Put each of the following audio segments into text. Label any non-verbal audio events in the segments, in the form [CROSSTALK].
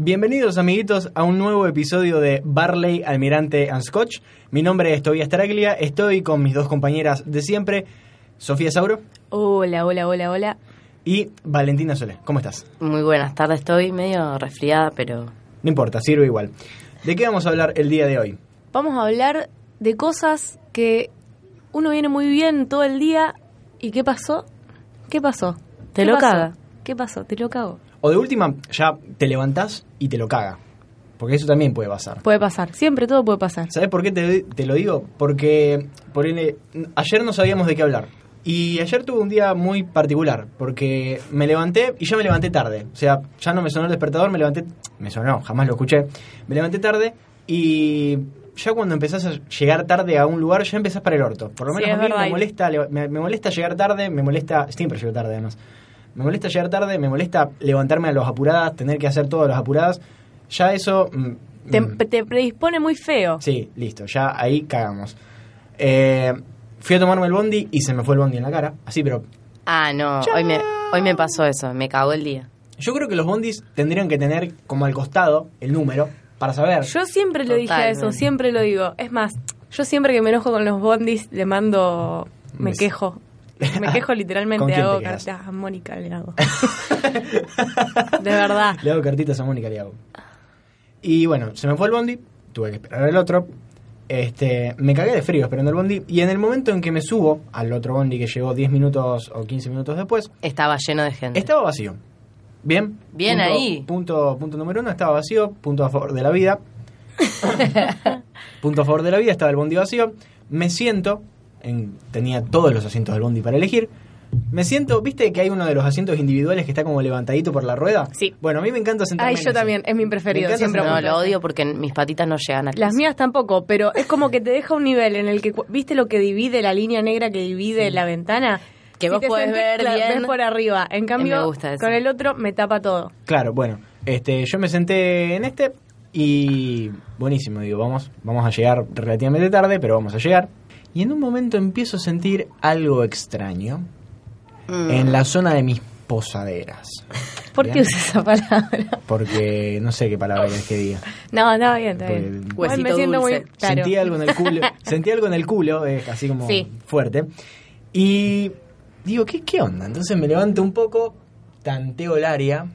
Bienvenidos amiguitos a un nuevo episodio de Barley, Almirante and Scotch. Mi nombre es Tobias Taraglia, estoy con mis dos compañeras de siempre, Sofía Sauro Hola, hola, hola, hola. y Valentina Solé. ¿Cómo estás? Muy buenas tardes, estoy medio resfriada, pero... No importa, sirve igual. ¿De qué vamos a hablar el día de hoy? Vamos a hablar de cosas que uno viene muy bien todo el día y ¿qué pasó? ¿Qué pasó? Te ¿Qué lo pasó? caga. ¿Qué pasó? Te lo cago. O de última, ya te levantás y te lo caga. Porque eso también puede pasar. Puede pasar, siempre todo puede pasar. ¿Sabes por qué te, te lo digo? Porque ponele, ayer no sabíamos de qué hablar. Y ayer tuve un día muy particular, porque me levanté y ya me levanté tarde. O sea, ya no me sonó el despertador, me levanté... Me sonó, jamás lo escuché. Me levanté tarde y ya cuando empezás a llegar tarde a un lugar, ya empezás para el orto. Por lo Sí, menos es a mí verdad. me molesta, leva- me, me molesta llegar tarde, me molesta... Siempre llego tarde además. Me molesta llegar tarde, me molesta levantarme a los apuradas, tener que hacer todo a los apuradas. Ya eso... mm, Te, mm, te predispone muy feo. Sí, listo, ya ahí cagamos. Eh, fui a tomarme el bondi y se me fue el bondi en la cara. Así, pero Ah, no, hoy me, hoy me pasó eso, me cagó el día. yo creo que los bondis tendrían que tener como al costado el número para saber. Yo siempre lo dije a eso, Totalmente. siempre lo digo. Es más, yo siempre que me enojo con los bondis le mando... Un Me beso. quejo. Me [LAUGHS] quejo ¿Con literalmente, quién te hago quejas? cartas a Ah, Mónica, [LAUGHS] le hago. de verdad. Le hago cartitas a Mónica Liao. Y bueno, se me fue el bondi, tuve que esperar el otro. Este, me cagué de frío esperando el bondi y en el momento en que me subo al otro bondi que llegó 10 minutos o 15 minutos después, Estaba lleno de gente. Estaba vacío. Bien. Bien Punto- ahí. Punto, punto número uno, estaba vacío, punto a favor de la [LAUGHS] vida. punto a favor de la vida, estaba el bondi vacío. Me siento, en- tenía todos los asientos del bondi para elegir. Me siento, ¿viste que hay uno de los asientos individuales que está como levantadito por la rueda? Sí. Bueno, a mí me encanta sentarme. Ay, en yo ese. también, es mi Me preferido. encanta Siempre esa no, apunto. lo odio porque mis patitas no llegan al Las piso. mías tampoco, pero es como que te deja un nivel en el que, cu- ¿viste lo que divide la línea negra que divide la ventana? Que vos te podés ver claro, bien. Eh, ves por arriba. En cambio, me gusta eso. con el otro me tapa todo. Claro, bueno, este, yo me senté en este y buenísimo, digo, vamos, vamos a llegar relativamente tarde, pero vamos a llegar. Y en un momento empiezo a sentir algo extraño Mm. en la zona de mis posaderas. ¿Por qué Bien. usas esa palabra? Porque no sé qué palabra querés que diga. [LAUGHS] No, no, bien, está Porque- bien. Pues, Huesito Igual me siento dulce. muy claro. Sentí algo en el [LAUGHS] culo, sentí algo en el culo, eh, así como Sí. fuerte. Y digo, ¿qué, ¿qué onda? Entonces me levanto un poco, tanteo el área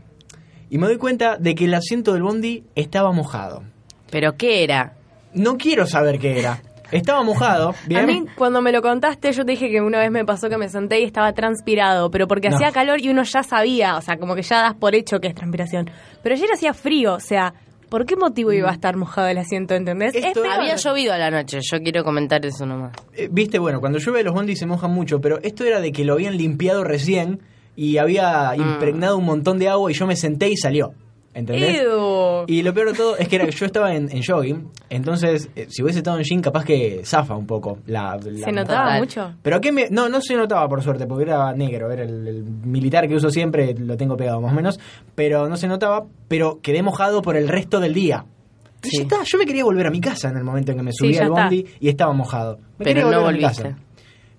y me doy cuenta de que el asiento del bondi estaba mojado. ¿Pero qué era? No quiero saber qué era. Estaba mojado, A ¿bien? mí, cuando me lo contaste, yo te dije que una vez me pasó que me senté y estaba transpirado, pero porque No. hacía calor y uno ya sabía, o sea, como que ya das por hecho que es transpiración. Pero ayer hacía frío, o sea, ¿por qué motivo iba a estar mojado el asiento, entendés? Esto- peor. Mm. Había llovido a la noche, yo quiero comentar eso nomás. Eh, Viste, bueno, cuando llueve los bondis se mojan mucho, pero esto era de que lo habían limpiado recién y había impregnado un montón de agua y yo me senté y salió. ¿Entendés? Ew. Y lo peor de todo es que era que yo estaba en, en jogging, entonces eh, si hubiese estado en jean capaz que zafa un poco la... la- Se notaba Total. mucho. Pero que me... No, no se notaba por suerte, porque era negro, era el, el militar que uso siempre, lo tengo pegado más o menos, pero no se notaba, pero quedé mojado por el resto del día. Y Sí. Ya está, yo me quería volver a mi casa en el momento en que me Sí, subí ya al está. bondi y estaba mojado. Me Pero quería no volver a mi volviste. casa.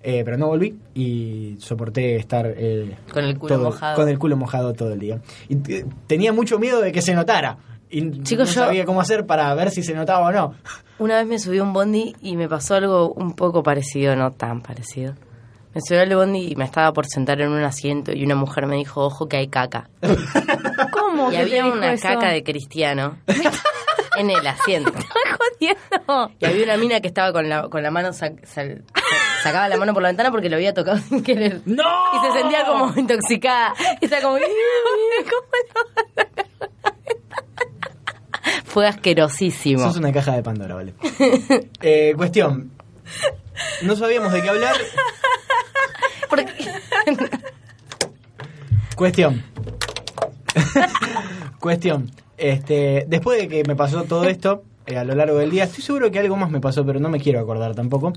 Eh, pero no volví y soporté estar eh, Con el culo todo- mojado. Con el culo mojado todo el día. Y eh, tenía mucho miedo de que se notara. Y Chicos, no yo- sabía cómo hacer para ver si se notaba o no. Una vez me subí a un bondi y me pasó algo un poco parecido, no tan parecido. Me subí al bondi y me estaba por sentar en un asiento y una mujer me dijo, ojo que hay caca. ¿Cómo Y que te había dijo una eso? caca [LAUGHS] de cristiano en el asiento. Estás jodiendo. Y había una mina que estaba con la, con la mano, sac- sal- sacaba la mano por la ventana porque lo había tocado [LAUGHS] sin querer. ¡No! Y se sentía como intoxicada. Y estaba como... [LAUGHS] Fue asquerosísimo. Sos una caja de Pandora, vale. [LAUGHS] Eh, cuestión. No sabíamos de qué hablar. Porque- Cuestión. [LAUGHS] Cuestión. Este, después de que me pasó todo esto, eh, a lo largo del día, estoy seguro que algo más me pasó, pero no me quiero acordar tampoco.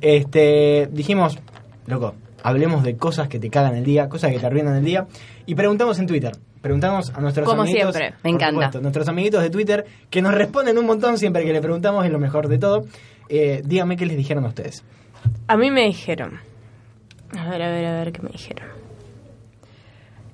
Este, dijimos, loco, hablemos de cosas que te cagan el día, cosas que te arruinan el día, y preguntamos en Twitter. Preguntamos a nuestros Como amiguitos. siempre, me por encanta. supuesto, nuestros amiguitos de Twitter, que nos responden un montón siempre que le preguntamos, es lo mejor de todo. Eh, díganme qué les dijeron a ustedes. A mí me dijeron. A ver, a ver, a ver qué me dijeron.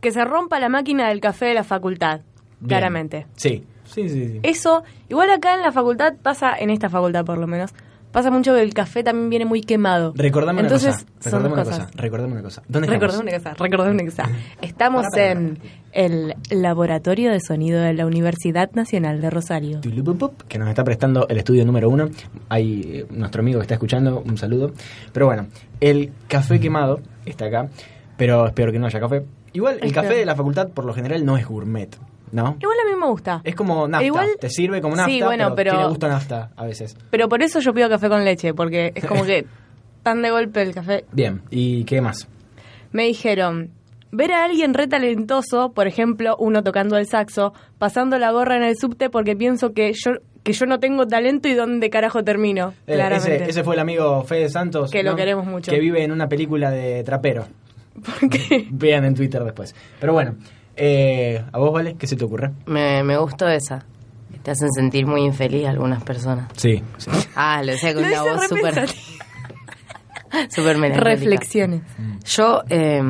Que se rompa la máquina del café de la facultad. Bien. claramente. Sí. Sí, sí, sí. Eso, igual acá en la facultad pasa, en esta facultad por lo menos, pasa mucho que el café también viene muy quemado. Recordame una Entonces, cosa. son Recordame dos una cosas. cosa. Recordame una cosa. ¿Dónde estamos? Recordemos una cosa, [LAUGHS] recordemos una cosa. Estamos Pará, pará, en el Laboratorio de Sonido de la Universidad Nacional de Rosario. Tulupupup, que nos está prestando el estudio número uno. Hay eh, nuestro amigo que está escuchando, un saludo. Pero bueno, el café quemado está acá, pero es peor que no haya café. Igual, el Es café peor. de la facultad por lo general no es gourmet, ¿no? Igual a mí me gusta. Es como nafta, Igual- te sirve como nafta, Sí, bueno, pero- tiene gusto a nafta a veces. Pero por eso yo pido café con leche, porque es como [LAUGHS] que tan de golpe el café. Bien, ¿y qué más? Me dijeron, ver a alguien re talentoso, por ejemplo, uno tocando el saxo, pasando la gorra en el subte porque pienso que yo que yo no tengo talento y dónde carajo termino. Eh, claramente. ese, ese fue el amigo Fede Santos. Que lo queremos mucho. Que vive en una película de [LAUGHS] trapero. Porque Vean en Twitter después. Pero bueno, eh, ¿a vos, Vale? ¿Qué se te ocurre? Me, me gustó esa. Te hacen sentir muy infeliz a algunas personas. Sí, sí. Ah, lo decía con Lo una hice voz re súper pensativo. súper melancólica. reflexiones. Yo eh,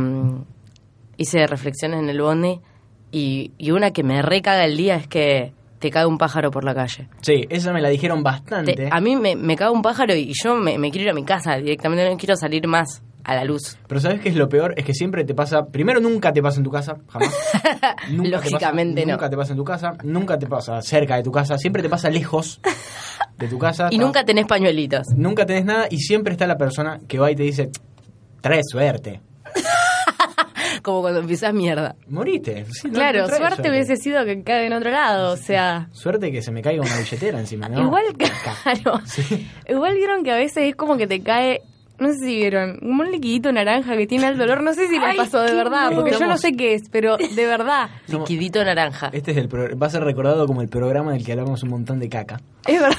hice reflexiones en el bondi y, y una que me recaga el día es que te cae un pájaro por la calle. Sí, esa me la dijeron bastante. Te- a mí me, me caga un pájaro y yo me, me quiero ir a mi casa directamente, no quiero salir más a la luz. Pero ¿sabes qué es lo peor? Es que siempre te pasa. Primero, nunca te pasa en tu casa, [LAUGHS] jamás. te pasa- Lógicamente no. Nunca te pasa en tu casa, nunca te pasa cerca de tu casa, siempre te pasa lejos de tu [LAUGHS] casa. Y ta- nunca tenés pañuelitos. [LAUGHS] Nunca tenés nada y siempre está la persona que va y te dice: trae suerte. Como cuando pisás mierda. Moriste. Sí, no, claro, no trae suerte hubiese sido que cae en otro lado, o sea. Suerte que se me caiga una billetera encima, ¿no? Igual, Acá. [LAUGHS] claro. Sí. Igual vieron que a veces es como que te cae, no sé si vieron, como un liquidito naranja que tiene el dolor. No sé si les Ay, pasó de qué verdad, no. porque yo no Estamos- sé qué es, pero de verdad. Somos- Liquidito naranja. Este es el pro- va a ser recordado como el programa del que hablamos un montón de caca. Es verdad.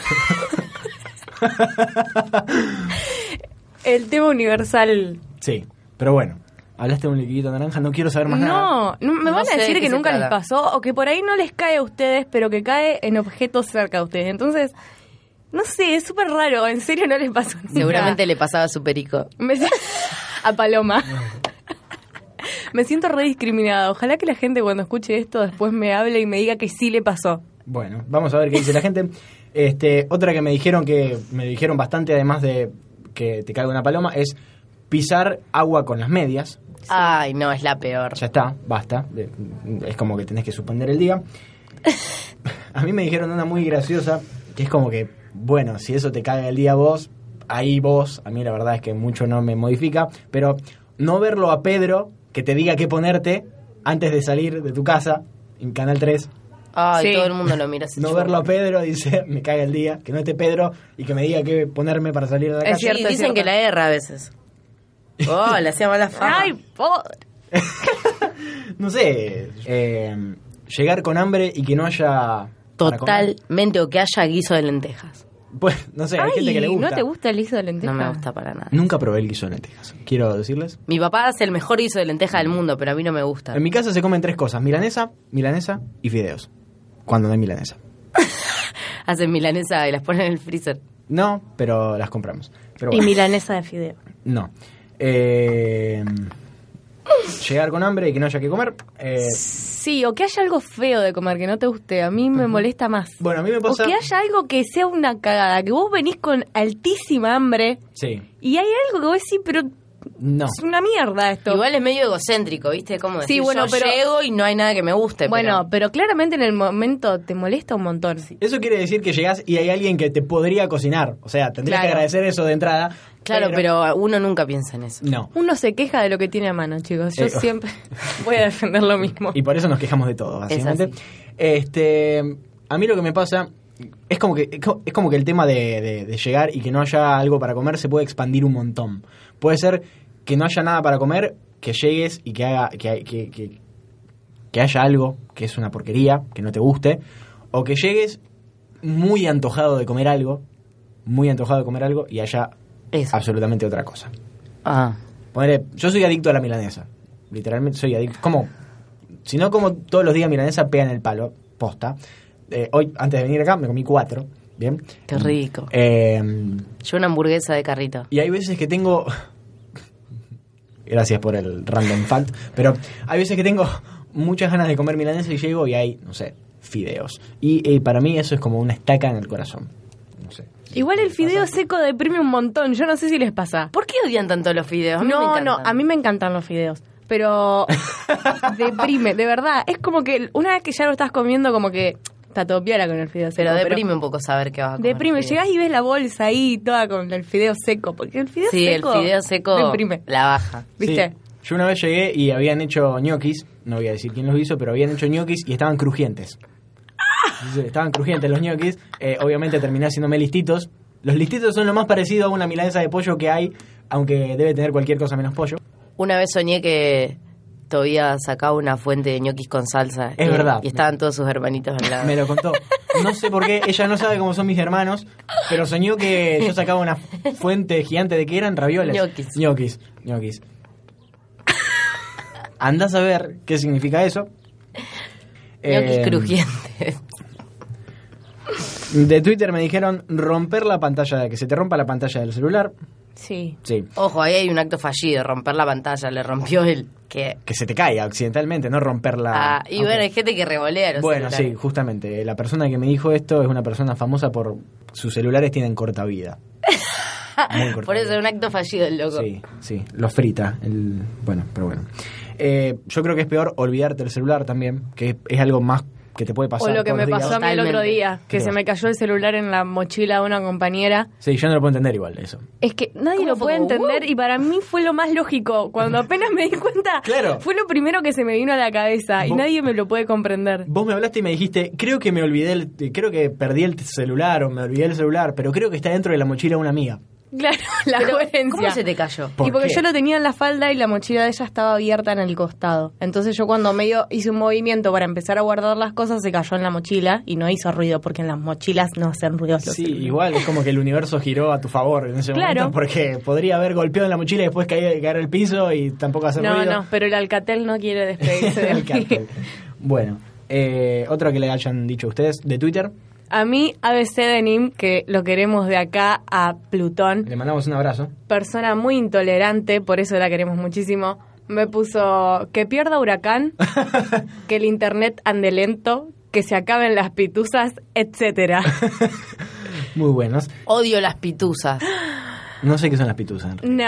el tema universal. Sí, pero bueno, hablaste de un liquidito naranja, no quiero saber más nada. No, no, me No van sé a de decir qué que se nunca les trata. pasó o que por ahí no les cae a ustedes, pero que cae en objetos cerca de ustedes. Entonces, no sé, es súper raro. En serio no les pasó. nunca. Ah. Seguramente le pasaba a su perico. Me si- [LAUGHS] a [LAUGHS] Paloma. Me siento re discriminada. Ojalá que la gente cuando escuche esto después me hable y me diga que sí le pasó. Bueno, vamos a ver qué dice la gente. Este, otra que me dijeron que me dijeron bastante, además de que te caiga una paloma, es pisar agua con las medias. Ay, no, es la peor. Ya está, basta. de- Es como que tenés que suspender el [LAUGHS] día. A mí me dijeron una muy graciosa, que es como que, bueno, si eso te caga el día a vos, ahí vos, a mí la verdad es que mucho no me modifica, pero no verlo a Pedro que te diga qué ponerte antes de salir de tu casa en Canal 3, Ay, Sí. todo el mundo lo mira así. no verlo a Pedro, dice, [LAUGHS] me caga el día, que no esté Pedro y que me diga qué ponerme para salir de la Sí, casa. cierto, es dicen cierto. que la erra [LAUGHS] a veces. Oh, le hacía mala fama. Ay, po- No sé, eh, llegar con hambre y que no haya... para comer. Totalmente, o que haya guiso de lentejas. Pues, no sé, hay Ay, gente que le gusta. ¿no te gusta el liso de lenteja? No me gusta para nada. Nunca probé el guiso de lentejas, quiero decirles. Mi papá hace el mejor guiso de lenteja del mundo, pero a mí no me gusta. En mi casa se comen tres cosas, milanesa, milanesa y fideos. Cuando no hay milanesa. Hacen milanesa y las ponen en el freezer. No, pero las compramos. Pero Y bueno, milanesa de fideo. no. Eh, llegar con hambre y que no haya que comer. Eh, Sí, o que haya algo feo de comer que no te guste. A mí me molesta más. bueno, a mí me O pasa... que haya algo que sea una cagada, que vos venís con altísima hambre Sí, y hay algo que vos decís, pero no. es una mierda esto. Igual es medio egocéntrico, ¿viste? Como Sí, decir, bueno, yo pero- llego y no hay nada que me guste. bueno, pero- pero claramente en el momento te molesta un montón. Eso quiere decir que llegás y hay alguien que te podría cocinar. O sea, tendrías que Claro. agradecer eso de entrada. claro, pero... uno nunca piensa en eso. No. Uno se queja de lo que tiene a mano, chicos. Yo Eh, oh. siempre [LAUGHS] voy a defender lo mismo. Y por eso nos quejamos de todo, básicamente. así. Este, a mí lo que me pasa es como que es como que el tema de, de- de llegar y que no haya algo para comer se puede expandir un montón. Puede ser que no haya nada para comer, que llegues y que haga que, que- que- que haya algo que es una porquería, que no te guste, o que llegues muy antojado de comer algo, muy antojado de comer algo y haya Eso. absolutamente otra cosa. Ah. Ponele, yo soy adicto a la milanesa. Literalmente soy adicto. Como, si no como todos los días milanesa, pegan el palo, posta. Eh, hoy, antes de venir acá, me comí cuatro. Bien. Qué rico. Eh, Yo una hamburguesa de carrito. y hay veces que tengo. Gracias por el random fact. Pero hay veces que tengo muchas ganas de comer milanesa y llego y hay, no sé, fideos. Y eh, para mí eso es como una estaca en el corazón. No sé. Igual el fideo seco deprime un montón. Yo no sé si les pasa. ¿Por qué odian tanto los fideos? A mí me No, encantan. no, a mí me encantan los fideos. [LAUGHS] Pero deprime, de verdad. Es como que una vez que ya lo estás comiendo, como que está todo piola con el fideo seco. Pero deprime un poco saber que vas a comer. Deprime, fideos. llegás y ves la bolsa ahí toda con el fideo seco, porque el fideo Sí, el seco. fideo seco Deprime. la baja. ¿Viste? Sí. Yo una vez llegué y habían hecho ñoquis, no voy a decir quién los hizo, pero habían hecho ñoquis y estaban crujientes. Entonces, Estaban crujientes los ñoquis, eh, obviamente terminé haciéndome listitos. Los listitos son lo más parecido a una milanesa de pollo que hay, aunque debe tener cualquier cosa menos pollo. Una vez soñé que Tobías sacaba una fuente de ñoquis con salsa. Es y, verdad. Y estaban todos sus hermanitos al lado. Me lo contó. No sé por qué, ella no sabe cómo son mis hermanos, pero soñó que yo sacaba una fuente gigante de que eran ravioles. Ñoquis. Ñoquis, ñoquis. Andás a ver qué significa eso. ñoquis Eh, crujientes. [LAUGHS] De Twitter me dijeron romper la pantalla, que se te rompa la pantalla del celular. Sí. Sí. Ojo, ahí hay un acto fallido, romper la pantalla, le rompió el que... Que se te caiga accidentalmente, no romperla. Ah, y Ok. bueno, hay gente que revolea los Bueno, sí, celulares. justamente. La persona que me dijo esto es una persona famosa por sus celulares tienen corta vida. Muy corta Por eso vida. es un acto fallido el loco. Sí, sí, lo frita. El... Bueno, pero bueno. Eh, yo creo que es peor olvidarte el celular también, que es, es algo más que te puede O pasar. lo que todos me los pasó días. a mí el otro Totalmente. día, que Sí. se me cayó el celular en la mochila de una compañera. Sí, yo no lo puedo entender igual eso. Es que nadie ¿Cómo lo fue puede como, entender y para mí fue lo más lógico. Cuando apenas me di [LAUGHS] cuenta, Claro. fue lo primero que se me vino a la cabeza y Vos- nadie me lo puede comprender. Vos me hablaste y me dijiste, creo que me olvidé, el- eh, creo que perdí el celular o me olvidé el celular, pero creo que está dentro de la mochila de una amiga. Claro, [LAUGHS] la Pero, coherencia. ¿Cómo se te cayó? ¿Por y porque qué? yo lo tenía en la falda y la mochila de ella estaba abierta en el costado. Entonces yo cuando medio hice un movimiento para empezar a guardar las cosas, se cayó en la mochila y no hizo ruido, porque en las mochilas no hacen ruidos. los Sí, celulares. igual es como que el universo giró a tu favor en ese Claro. momento porque podría haber golpeado en la mochila y después caer, caer al piso y tampoco hacer No, ruido. no, pero el alcatel no [LAUGHS] quiere despedirse de El mí. cartel. Bueno, eh, otra que le hayan dicho ustedes de Twitter. A mí, ABC Denim, que lo queremos de acá a Plutón, Le mandamos un abrazo. persona muy intolerante, por eso la queremos muchísimo, me puso que [LAUGHS] pierda huracán, que el internet ande lento, que se acaben las pituzas, [LAUGHS] etcétera. Muy buenos. Odio las pituzas. No sé qué son las pituzas. en realidad.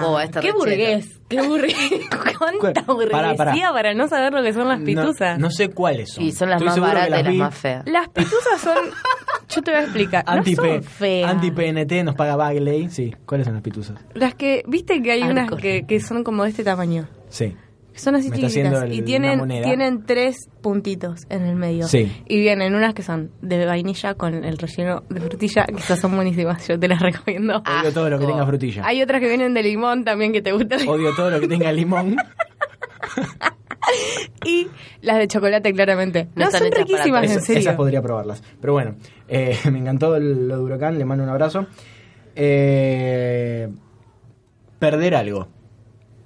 Nah. Oh, esta qué recheta. burgués, qué burgués. ¿Cuál? Cuánta burguesía Pará, para, pará. no saber lo que son las No- pituzas. No, sé cuáles son. Y son las Estoy más seguro que baratas y las vi. más feas. Las pituzas son yo te voy a explicar, Anti- no son feas. Anti-PNT nos paga Bagley. Sí, ¿cuáles son las pituzas? Las que, ¿viste que hay unas Hardcore. que, que son como de este tamaño? Sí. Son así Me está haciendo chiquititas el- y una tienen, moneda. tienen tres puntitos en el medio. Sí. Y vienen unas que son de vainilla con el relleno de frutilla, que estas son buenísimas, yo te las recomiendo. Odio todo lo que Asco. oh. tenga Ah, frutilla. Hay otras que vienen de limón también que te gustan. Odio todo lo que tenga [LAUGHS] limón. Y las de chocolate, claramente. No No, están son hechas para riquísimas, Esa- en serio. Esas podría probarlas. Pero bueno, eh, [LAUGHS] me encantó el- lo de Huracán. Le mando un abrazo. Eh, perder algo.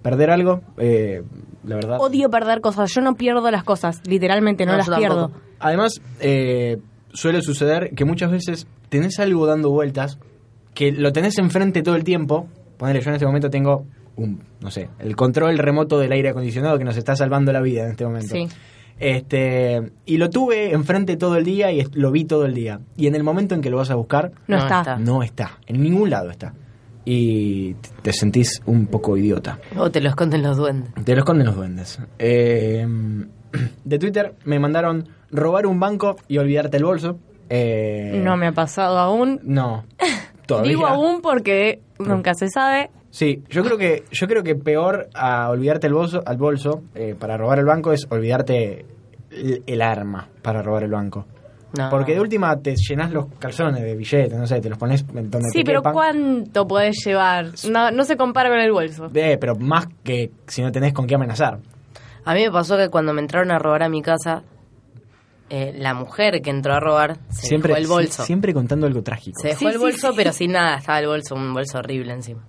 Perder algo, eh, la verdad. Odio perder cosas, yo no pierdo las cosas, literalmente, no, No, las yo tampoco. pierdo. Además, eh, suele suceder que muchas veces tenés algo dando vueltas que lo tenés enfrente todo el tiempo. Ponele, yo en este momento tengo un, no sé, el control remoto del aire acondicionado que nos está salvando la vida en este momento. Sí. Este, y lo tuve enfrente todo el día y est- lo vi todo el día. Y en el momento en que lo vas a buscar, No, No está. está. no está. En ningún lado está. Y t- te sentís un poco idiota. O te lo esconden los duendes. Te lo esconden los duendes. Eh, [CLEARS THROAT] de Twitter me mandaron robar un banco y olvidarte el bolso. Eh, No me ha pasado aún. [LAUGHS] No. Todavía. Digo aún porque nunca se sabe. Sí, yo creo que yo creo que peor a olvidarte el bolso, al bolso eh, para robar el banco es olvidarte el, el arma para robar el banco. No. Porque de última te llenas los calzones de billetes, no sé, te los pones donde Sí, te pero quepan. ¿cuánto podés llevar? No, no se compara con el bolso. Eh, pero más que si no tenés con qué amenazar. A mí me pasó que cuando me entraron a robar a mi casa, eh, la mujer que entró a robar se siempre dejó el bolso. sie- siempre contando algo trágico. Se dejó Sí, el sí, bolso, sí. pero sin nada. Estaba el bolso, un bolso horrible encima.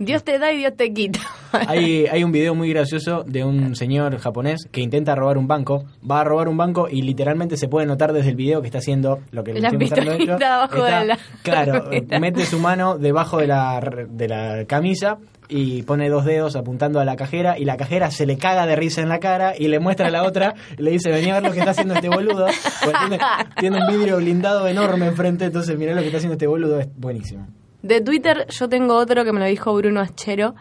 Dios te da y Dios te quita. [LAUGHS] Hay, hay un video muy gracioso de un señor japonés que intenta robar un banco, va a robar un banco y literalmente se puede notar desde el video que está haciendo lo que le La estoy mostrando pistolita yo. [LAUGHS] abajo de la [LAUGHS] Claro, remera. mete su mano debajo de la, re- de la camisa y pone dos dedos apuntando a la cajera y la cajera se le caga de risa en la cara y le muestra a la otra y le dice, vení a ver lo que está haciendo este boludo. Porque tiene, tiene un vidrio blindado enorme enfrente, entonces mirá lo que está haciendo este boludo, es buenísimo. De Twitter yo tengo otro que me lo dijo Bruno Aschero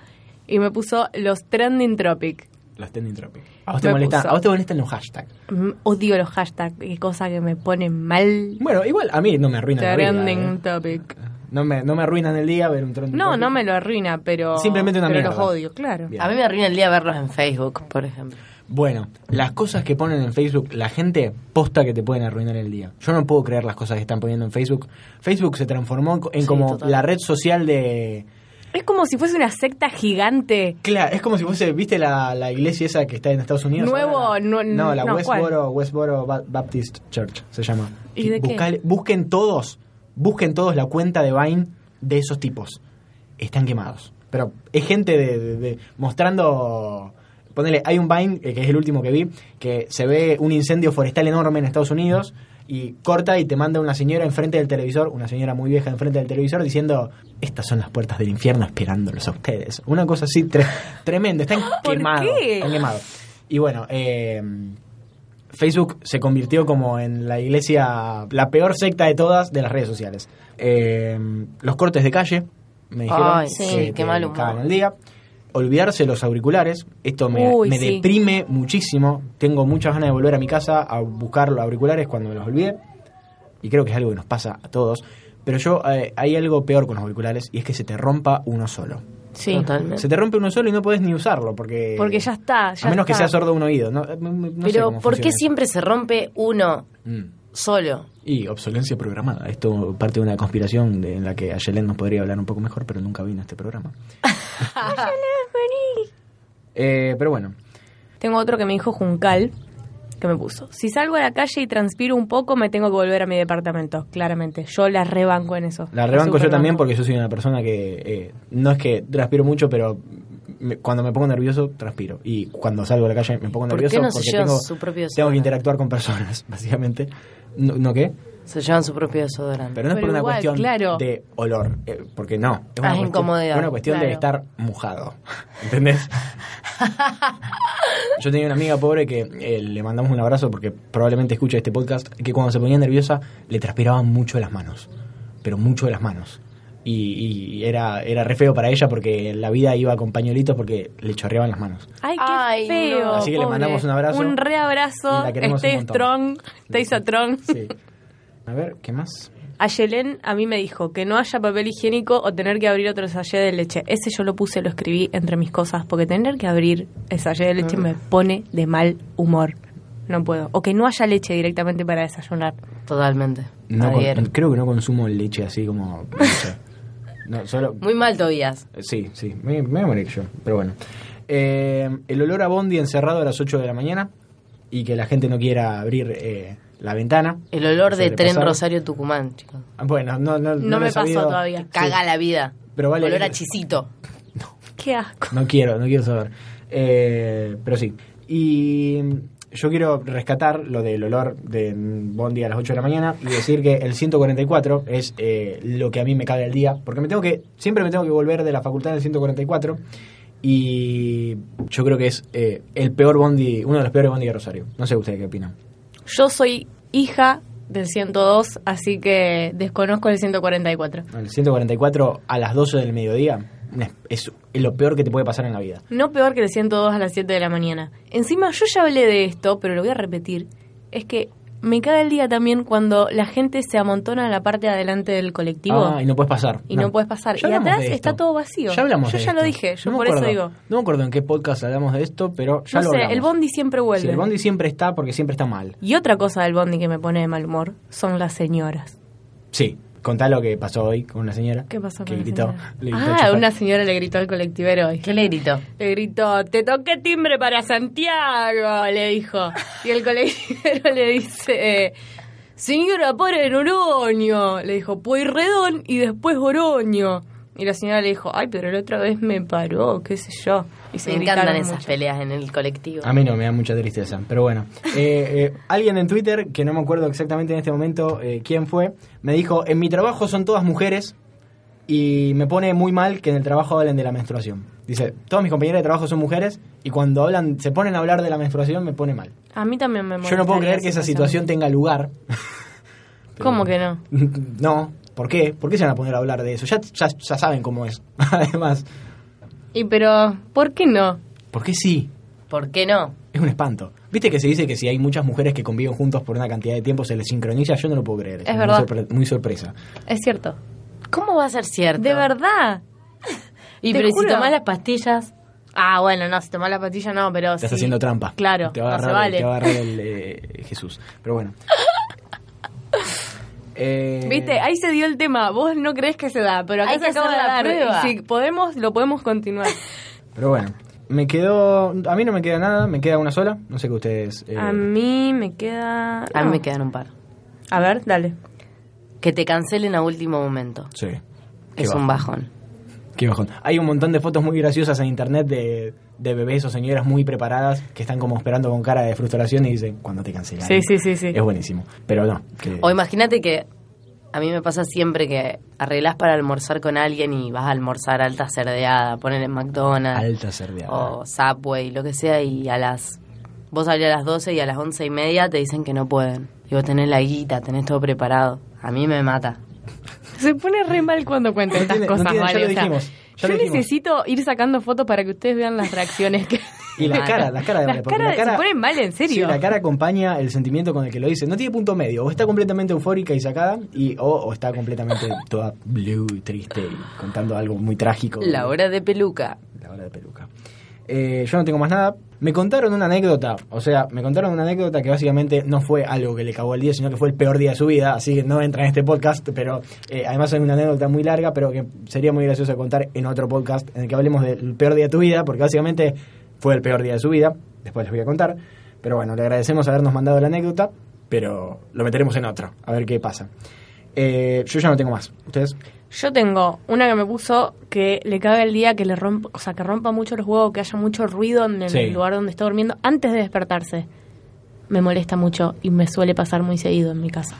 y me puso los trending topic. Las trending topic. A vos te Me molesta, puso. a vos te molestan los hashtags. Mm, Odio los hashtags, qué cosa que me pone mal. Bueno, igual a mí no me arruinan el día. Trending ¿eh? topic. No me, no me arruinan el día ver un trending No, topic. no me lo arruina, pero, Simplemente una pero mierda. los odio, claro. Bien. A mí me arruina el día verlos en Facebook, por ejemplo. Bueno, las cosas que ponen en Facebook, la gente posta que te pueden arruinar el día. Yo no puedo creer las cosas que están poniendo en Facebook. Facebook se transformó en co- en Sí, como total. la red social de... Es como si fuese una secta gigante. Claro, es como si fuese, ¿viste la, la iglesia esa que está en Estados Unidos? Nuevo, ahora? no- no, la no, Westboro, Westboro Ba- Baptist Church se llama. ¿Y de qué? Buscale- Busquen todos, busquen todos la cuenta de Vine de esos tipos. Están quemados. Pero es gente de, de- de- mostrando... Ponele, hay un Vine, eh, que es el último que vi, que se ve un incendio forestal enorme en Estados Unidos y corta y te manda una señora enfrente del televisor, una señora muy vieja enfrente del televisor, diciendo, estas son las puertas del infierno esperándolos a ustedes. Una cosa así tre- tremenda, están ¿Por quemados. qué? Están quemados. Y bueno, eh, Facebook se convirtió como en la iglesia, la peor secta de todas de las redes sociales. Eh, los cortes de calle, me dijeron Ay, sí, que qué te mal humor. cagan el día. Olvidarse los auriculares, esto me, Uy, me sí. deprime muchísimo. Tengo muchas ganas de volver a mi casa a buscar los auriculares cuando me los olvidé. Y creo que es algo que nos pasa a todos. Pero yo, eh, hay algo peor con los auriculares y es que se te rompa uno solo. Sí. Totalmente. Se te rompe uno solo y no podés ni usarlo porque... Porque ya está. a ya menos que está. sea sordo un oído. No, eh, no- no sé Pero, cómo ¿por qué funciona. siempre se rompe uno Mm. solo? Y obsolencia programada. Esto parte de una conspiración de- en la que Ayelen nos podría hablar un poco mejor, pero nunca vino a este [LAUGHS] programa. Eh, pero bueno, Tengo otro que me dijo Juncal, que me puso. Si salgo a la calle y transpiro un poco, me tengo que volver a mi departamento, claramente. Yo la rebanco en eso. la rebanco yo superbanco. también porque yo soy una persona que eh, no es que transpiro mucho, pero me- cuando me pongo nervioso, transpiro. Y cuando salgo a la calle me pongo ¿Por qué nervioso no se porque llevan tengo, su propio tengo que soda? interactuar con personas, [LAUGHS] básicamente. ¿No, no qué? Se llevan su propio desodorante. Pero no es Pero por una igual, cuestión claro. de olor, eh, porque no. Es una Ah, es cuestión, incomodidad, una cuestión de claro. estar mojado. ¿Entendés? Yo tenía una amiga pobre que eh, le mandamos un abrazo porque probablemente escucha este podcast, que cuando se ponía nerviosa le transpiraban mucho las manos, pero mucho de las manos. Y, y era, era re feo para ella porque la vida iba con pañuelitos porque le chorreaban las manos. Ay, qué Ay, feo. no. Así que le pobre. mandamos un abrazo. Un Y reabrazo. la queremos un Stay montón. strong. Stay strong. Sí. A ver, ¿qué más? A Yelén a mí me dijo que no haya papel higiénico o tener que abrir otro sachet de leche. Ese yo lo puse, lo escribí entre mis cosas, porque tener que abrir el sachet de leche me pone de mal humor. No puedo. O que no haya leche directamente para desayunar. Totalmente. No con- Javier. creo que no consumo leche así como... leche. No, solo, Muy mal, Tobías. Eh, Sí, sí, me, me voy a morir yo, pero bueno. Eh, el olor a Bondi encerrado a las 8 de la mañana y que la gente no quiera abrir eh, la ventana. El olor de Sobrepasar. Tren Rosario Tucumán, chicos. Ah, Bueno, no, no, No, no lo he me pasó sabido. todavía. Caga la vida. Pero vale. Olor a chisito. Qué asco. [LAUGHS] No quiero, no quiero saber. Eh, pero sí. Y mm, yo quiero rescatar lo del olor de mm, Bondi a las 8 de la mañana y decir que el 144 es eh, lo que a mí me cabe el día. Porque me tengo que, siempre me tengo que volver de la facultad en el 144. Y yo creo que es eh, el peor Bondi, uno de los peores Bondi de Rosario. No sé ustedes qué opinan. Yo soy hija del 102, así que desconozco el 144. El 144 a las 12 del mediodía una- es lo peor que te puede pasar en la vida. No peor que el 102 a las 7 de la mañana. Encima, yo ya hablé de esto, pero lo voy a repetir. Es que me caga el día también cuando la gente se amontona en la parte de adelante del colectivo. Ah, y no puedes pasar. Y no podés pasar. Ya Y hablamos atrás de esto. está todo vacío. Ya hablamos Yo de ya esto. lo dije, yo me por eso acuerdo. digo. No me acuerdo en qué podcast hablamos de esto, pero ya no lo sé, hablamos. el bondi siempre vuelve. Sí, el bondi siempre está porque siempre está mal. Y otra cosa del bondi que me pone de mal humor son las señoras. Sí. Contá lo que pasó hoy con una señora. ¿Qué pasó que con la gritó, señora? le gritó ah, chupar. una señora le gritó al colectivero hoy. ¿Qué le gritó? Le gritó, te toqué timbre para Santiago, le dijo. Y el colectivero [LAUGHS] le dice, eh, señora, para en Oroño. Le dijo, pues Redón y después Oroño. Y la señora le dijo, ay, pero la otra vez me paró, qué sé yo. Y se Me gritaron encantan esas mucho. peleas en el colectivo. A mí no, me da mucha tristeza. Pero bueno, Eh, eh, alguien en Twitter, que no me acuerdo exactamente en este momento eh, quién fue, me dijo, en mi trabajo son todas mujeres y me pone muy mal que en el trabajo hablen de la menstruación. Dice, todos mis compañeros de trabajo son mujeres y cuando hablan, se ponen a hablar de la menstruación me pone mal. A mí también me Yo no puedo molestaría creer que esa situación tenga lugar. [LAUGHS] Pero- ¿Cómo que no? No, ¿por qué? ¿Por qué se van a poner a hablar de eso? Ya, ya, ya saben cómo es. [LAUGHS] Además, Y pero, ¿por qué no? ¿por qué sí? ¿Por qué no? Es un espanto. ¿Viste que se dice que si hay muchas mujeres que conviven juntos por una cantidad de tiempo se les sincroniza? Yo no lo puedo creer. Es verdad. Muy, sorpre- muy sorpresa. Es cierto. ¿Cómo va a ser cierto? De verdad. Y te pero juro. si tomás las pastillas, Ah, bueno, no, si tomás la patilla no, pero Estás sí. haciendo trampa. Claro, Te va a no agarrar, se vale. te va a agarrar el eh, Jesús. Pero [LAUGHS] bueno. Eh, Viste, ahí se dio el tema. Vos no crees que se da, pero acá Hay se que acaba hacer de la dar. prueba. Y Si podemos, lo podemos continuar. Pero bueno. Me quedó... A mí no me queda nada. Me queda una sola. No sé qué ustedes... eh, A mí me queda. a mí no. me quedan un par. A ver, dale. Que te cancelen a último momento. Sí. Qué Es bajo. un bajón. Qué bajón. Hay un montón de fotos muy graciosas en internet de, de bebés o señoras muy preparadas que están como esperando con cara de frustración y dicen, cuando te cancelan? Sí, sí, sí, sí. Es buenísimo. Pero no. que- O imagínate que a mí me pasa siempre que arreglás para almorzar con alguien y vas a almorzar alta cerdeada, poner en McDonald's Alta cerdeada. Oh, o Subway, lo que sea, y a las. Vos salís a las 12 y a las 11 y media te dicen que no pueden. Y vos tenés la guita, tenés todo preparado. A mí me mata. Se pone re mal cuando cuenta No estas tiene- no cosas, tiene- ya Vale, lo o sea, dijimos, ya yo lo dijimos. necesito ir sacando fotos para que ustedes vean las reacciones que. Y la [LAUGHS] Mal. cara, la cara de Las Vale, porque la caras cara se ponen mal, en serio. Sí, la cara acompaña el sentimiento con el que lo dice. No tiene punto medio. O está completamente eufórica y sacada, y, o, o está completamente toda blue y triste y contando algo muy trágico. La hora de peluca. La hora de peluca. Eh, yo no tengo más nada. Me contaron una anécdota, o sea, me contaron una anécdota que básicamente no fue algo que le cagó el día, sino que fue el peor día de su vida, así que no entra en este podcast, pero eh, además hay una anécdota muy larga, pero que sería muy gracioso contar en otro podcast en el que hablemos del peor día de tu vida, porque básicamente fue el peor día de su vida, después les voy a contar, pero bueno, le agradecemos habernos mandado la anécdota, pero lo meteremos en otro, a ver qué pasa. Eh, yo ya no tengo más, ¿ustedes? Yo tengo una que me puso que le caga el día que le rompa, o sea, que rompa mucho los huevos, que haya mucho ruido en el Sí. lugar donde está durmiendo antes de despertarse. Me molesta mucho y me suele pasar muy seguido en mi casa.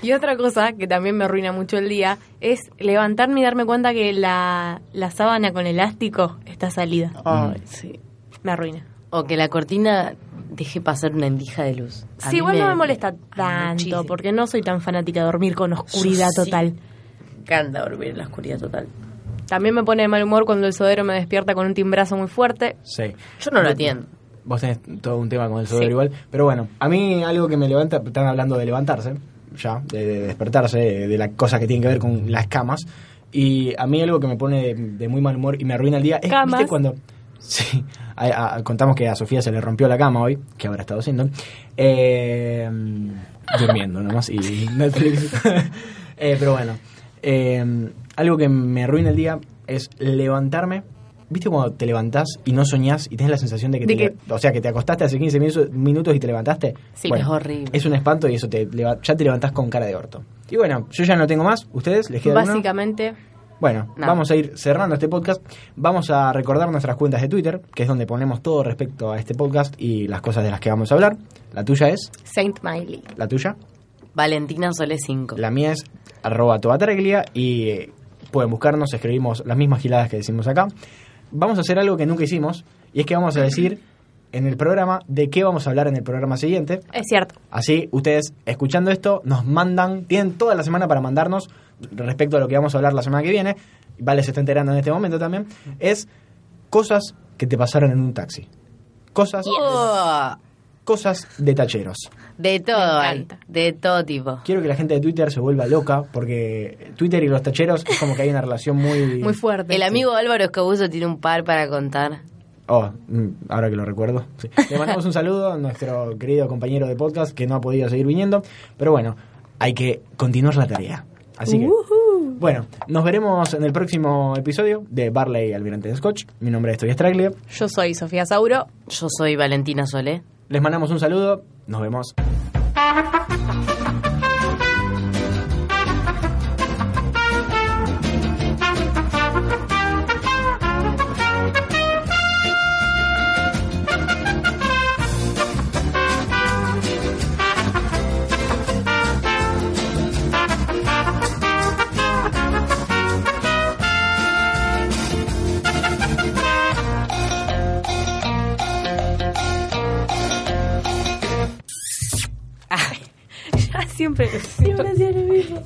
Y otra cosa que también me arruina mucho el día es levantarme y darme cuenta que la, la sábana con elástico está salida. Ay, sí. Me arruina. O que la cortina deje pasar una endija de luz. A Sí, mí igual no me molesta a mí tanto muchísimo. porque no soy tan fanática de dormir con oscuridad sí. total. Me encanta dormir en la oscuridad total. También me pone de mal humor cuando el sodero me despierta con un timbrazo muy fuerte. Sí. Yo no lo atiendo. Vos tenés todo un tema con el sudor igual. Pero bueno, a mí algo que me levanta, están hablando de levantarse, ya, de, de despertarse, de, de las cosas que tienen que ver con las camas. Y a mí algo que me pone de, de muy mal humor y me arruina el día es Camas. ¿viste cuando... Sí, a- a- contamos que a Sofía se le rompió la cama hoy, que habrá estado haciendo. Eh, durmiendo nomás y Netflix. [LAUGHS] Eh, pero bueno, eh, algo que me arruina el día es levantarme. ¿Viste cuando te levantás y no soñás y tenés la sensación de que, De te- que- o sea, que te acostaste hace 15 minutos, minutos y te levantaste? Sí, es horrible. Es un espanto y eso te leva- ya te levantás con cara de orto. Y bueno, yo ya no tengo más. ¿Ustedes les queda alguno? Básicamente, Bueno, No. vamos a ir cerrando este podcast. Vamos a recordar nuestras cuentas de Twitter, que es donde ponemos todo respecto a este podcast y las cosas de las que vamos a hablar. La tuya es, Saint Miley. la tuya, Valentina Solé 5. la mía es arroba tobatreglia y eh, pueden buscarnos, escribimos las mismas giladas que decimos acá. Vamos a hacer algo que nunca hicimos y es que vamos a decir en el programa de qué vamos a hablar en el programa siguiente. Es cierto. Así ustedes, escuchando esto, nos mandan, tienen toda la semana para mandarnos respecto a lo que vamos a hablar la semana que viene, Vale se está enterando en este momento también, es cosas que te pasaron en un taxi. Cosas, Oh, cosas de tacheros. de todo, Me hay, encanta. de todo tipo. Quiero que la gente de Twitter se vuelva loca, porque Twitter y los tacheros es como que hay una relación muy... Muy fuerte. El amigo Álvaro Escobuso tiene un par para contar. Oh, mm, ahora que lo recuerdo. sí. Le mandamos un saludo a nuestro querido compañero de podcast que no ha podido seguir viniendo. Pero bueno, hay que continuar la tarea. Así que, bueno, nos veremos en el próximo episodio de Barley Almirante de Scotch. Mi nombre es Tobias Traglia. Yo soy Sofía [LAUGHS] Sauro. Yo soy Valentina Solé. Les mandamos un saludo. Nos vemos. siempre, siempre hacía lo mismo.